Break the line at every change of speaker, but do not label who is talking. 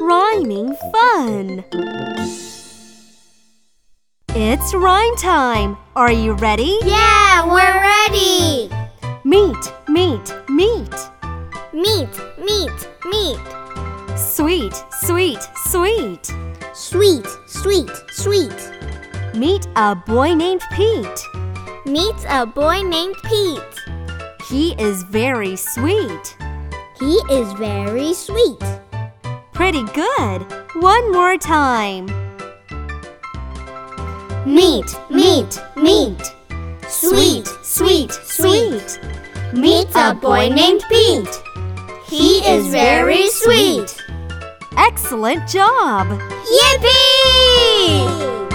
Rhyming fun! It's rhyme time! Are you ready?
Yeah, we're ready!
Meat, meat, meat.
Meat, meat, meat.
Sweet, sweet, sweet.
Sweet, sweet, sweet.
Meet a boy named Pete.
Meets a boy named Pete.
He is very sweet.
He is very sweet.
Pretty good. One more time.
Meat, meat, meat. Sweet, sweet, sweet. Meets a boy named Pete. He is very sweet.
Excellent job!
Yippee!